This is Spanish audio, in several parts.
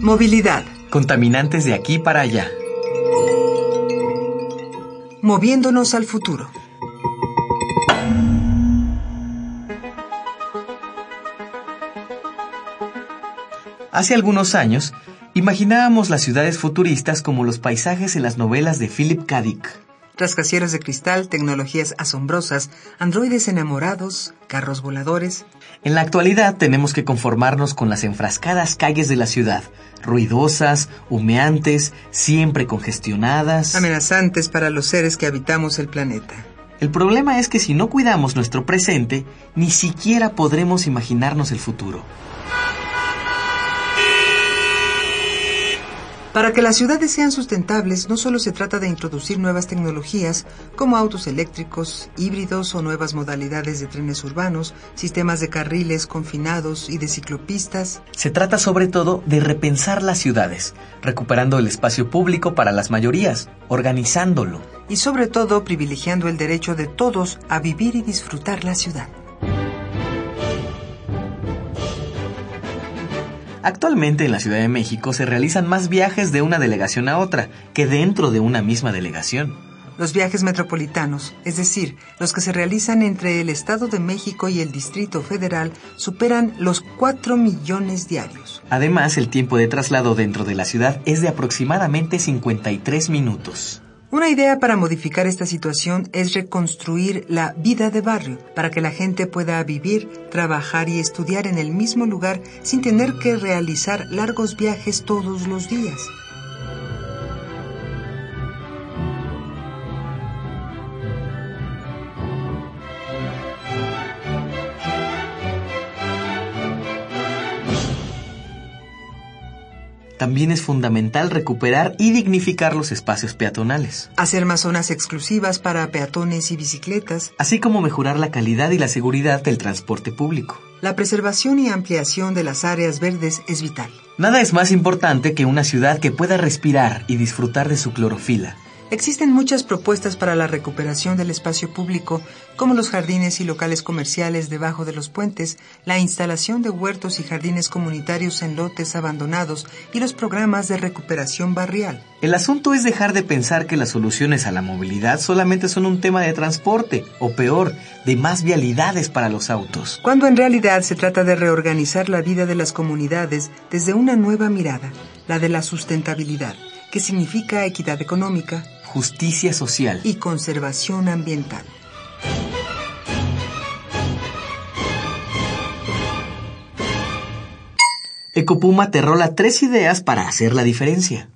Movilidad. Contaminantes de aquí para allá. Moviéndonos al futuro. Hace algunos años, imaginábamos las ciudades futuristas como los paisajes en las novelas de Philip K. Dick. Rascacielos de cristal, tecnologías asombrosas, androides enamorados, carros voladores. En la actualidad tenemos que conformarnos con las enfrascadas calles de la ciudad, ruidosas, humeantes, siempre congestionadas. Amenazantes para los seres que habitamos el planeta. El problema es que si no cuidamos nuestro presente, ni siquiera podremos imaginarnos el futuro. Para que las ciudades sean sustentables, no solo se trata de introducir nuevas tecnologías como autos eléctricos, híbridos o nuevas modalidades de trenes urbanos, sistemas de carriles confinados y de ciclopistas. Se trata sobre todo de repensar las ciudades, recuperando el espacio público para las mayorías, organizándolo. Y sobre todo privilegiando el derecho de todos a vivir y disfrutar la ciudad. Actualmente en la Ciudad de México se realizan más viajes de una delegación a otra que dentro de una misma delegación. Los viajes metropolitanos, es decir, los que se realizan entre el Estado de México y el Distrito Federal, superan los 4 millones diarios. Además, el tiempo de traslado dentro de la ciudad es de aproximadamente 53 minutos. Una idea para modificar esta situación es reconstruir la vida de barrio para que la gente pueda vivir, trabajar y estudiar en el mismo lugar sin tener que realizar largos viajes todos los días. también es fundamental recuperar y dignificar los espacios peatonales. Hacer más zonas exclusivas para peatones y bicicletas. Así como mejorar la calidad y la seguridad del transporte público. La preservación y ampliación de las áreas verdes es vital. Nada es más importante que una ciudad que pueda respirar y disfrutar de su clorofila. Existen muchas propuestas para la recuperación del espacio público, como los jardines y locales comerciales debajo de los puentes, la instalación de huertos y jardines comunitarios en lotes abandonados y los programas de recuperación barrial. El asunto es dejar de pensar que las soluciones a la movilidad solamente son un tema de transporte, o peor, de más vialidades para los autos. Cuando en realidad se trata de reorganizar la vida de las comunidades desde una nueva mirada, la de la sustentabilidad que significa equidad económica, justicia social y conservación ambiental. Ecopuma te rola tres ideas para hacer la diferencia.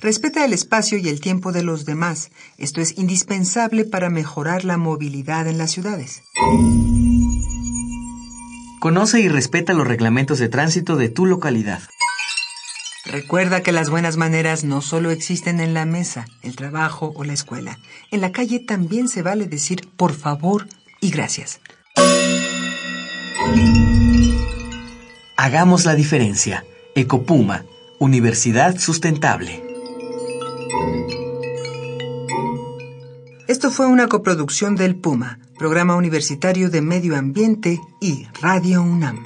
Respeta el espacio y el tiempo de los demás. Esto es indispensable para mejorar la movilidad en las ciudades. Conoce y respeta los reglamentos de tránsito de tu localidad. Recuerda que las buenas maneras no solo existen en la mesa, el trabajo o la escuela. En la calle también se vale decir por favor y gracias. Hagamos la diferencia. Ecopuma, Universidad Sustentable. Esto fue una coproducción del Puma, Programa Universitario de Medio Ambiente y Radio UNAM.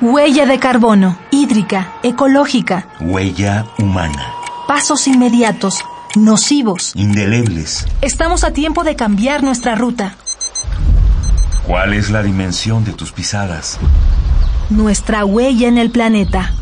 Huella de carbono, hídrica, ecológica. Huella humana. Pasos inmediatos, nocivos. Indelebles. Estamos a tiempo de cambiar nuestra ruta. ¿Cuál es la dimensión de tus pisadas? Nuestra huella en el planeta.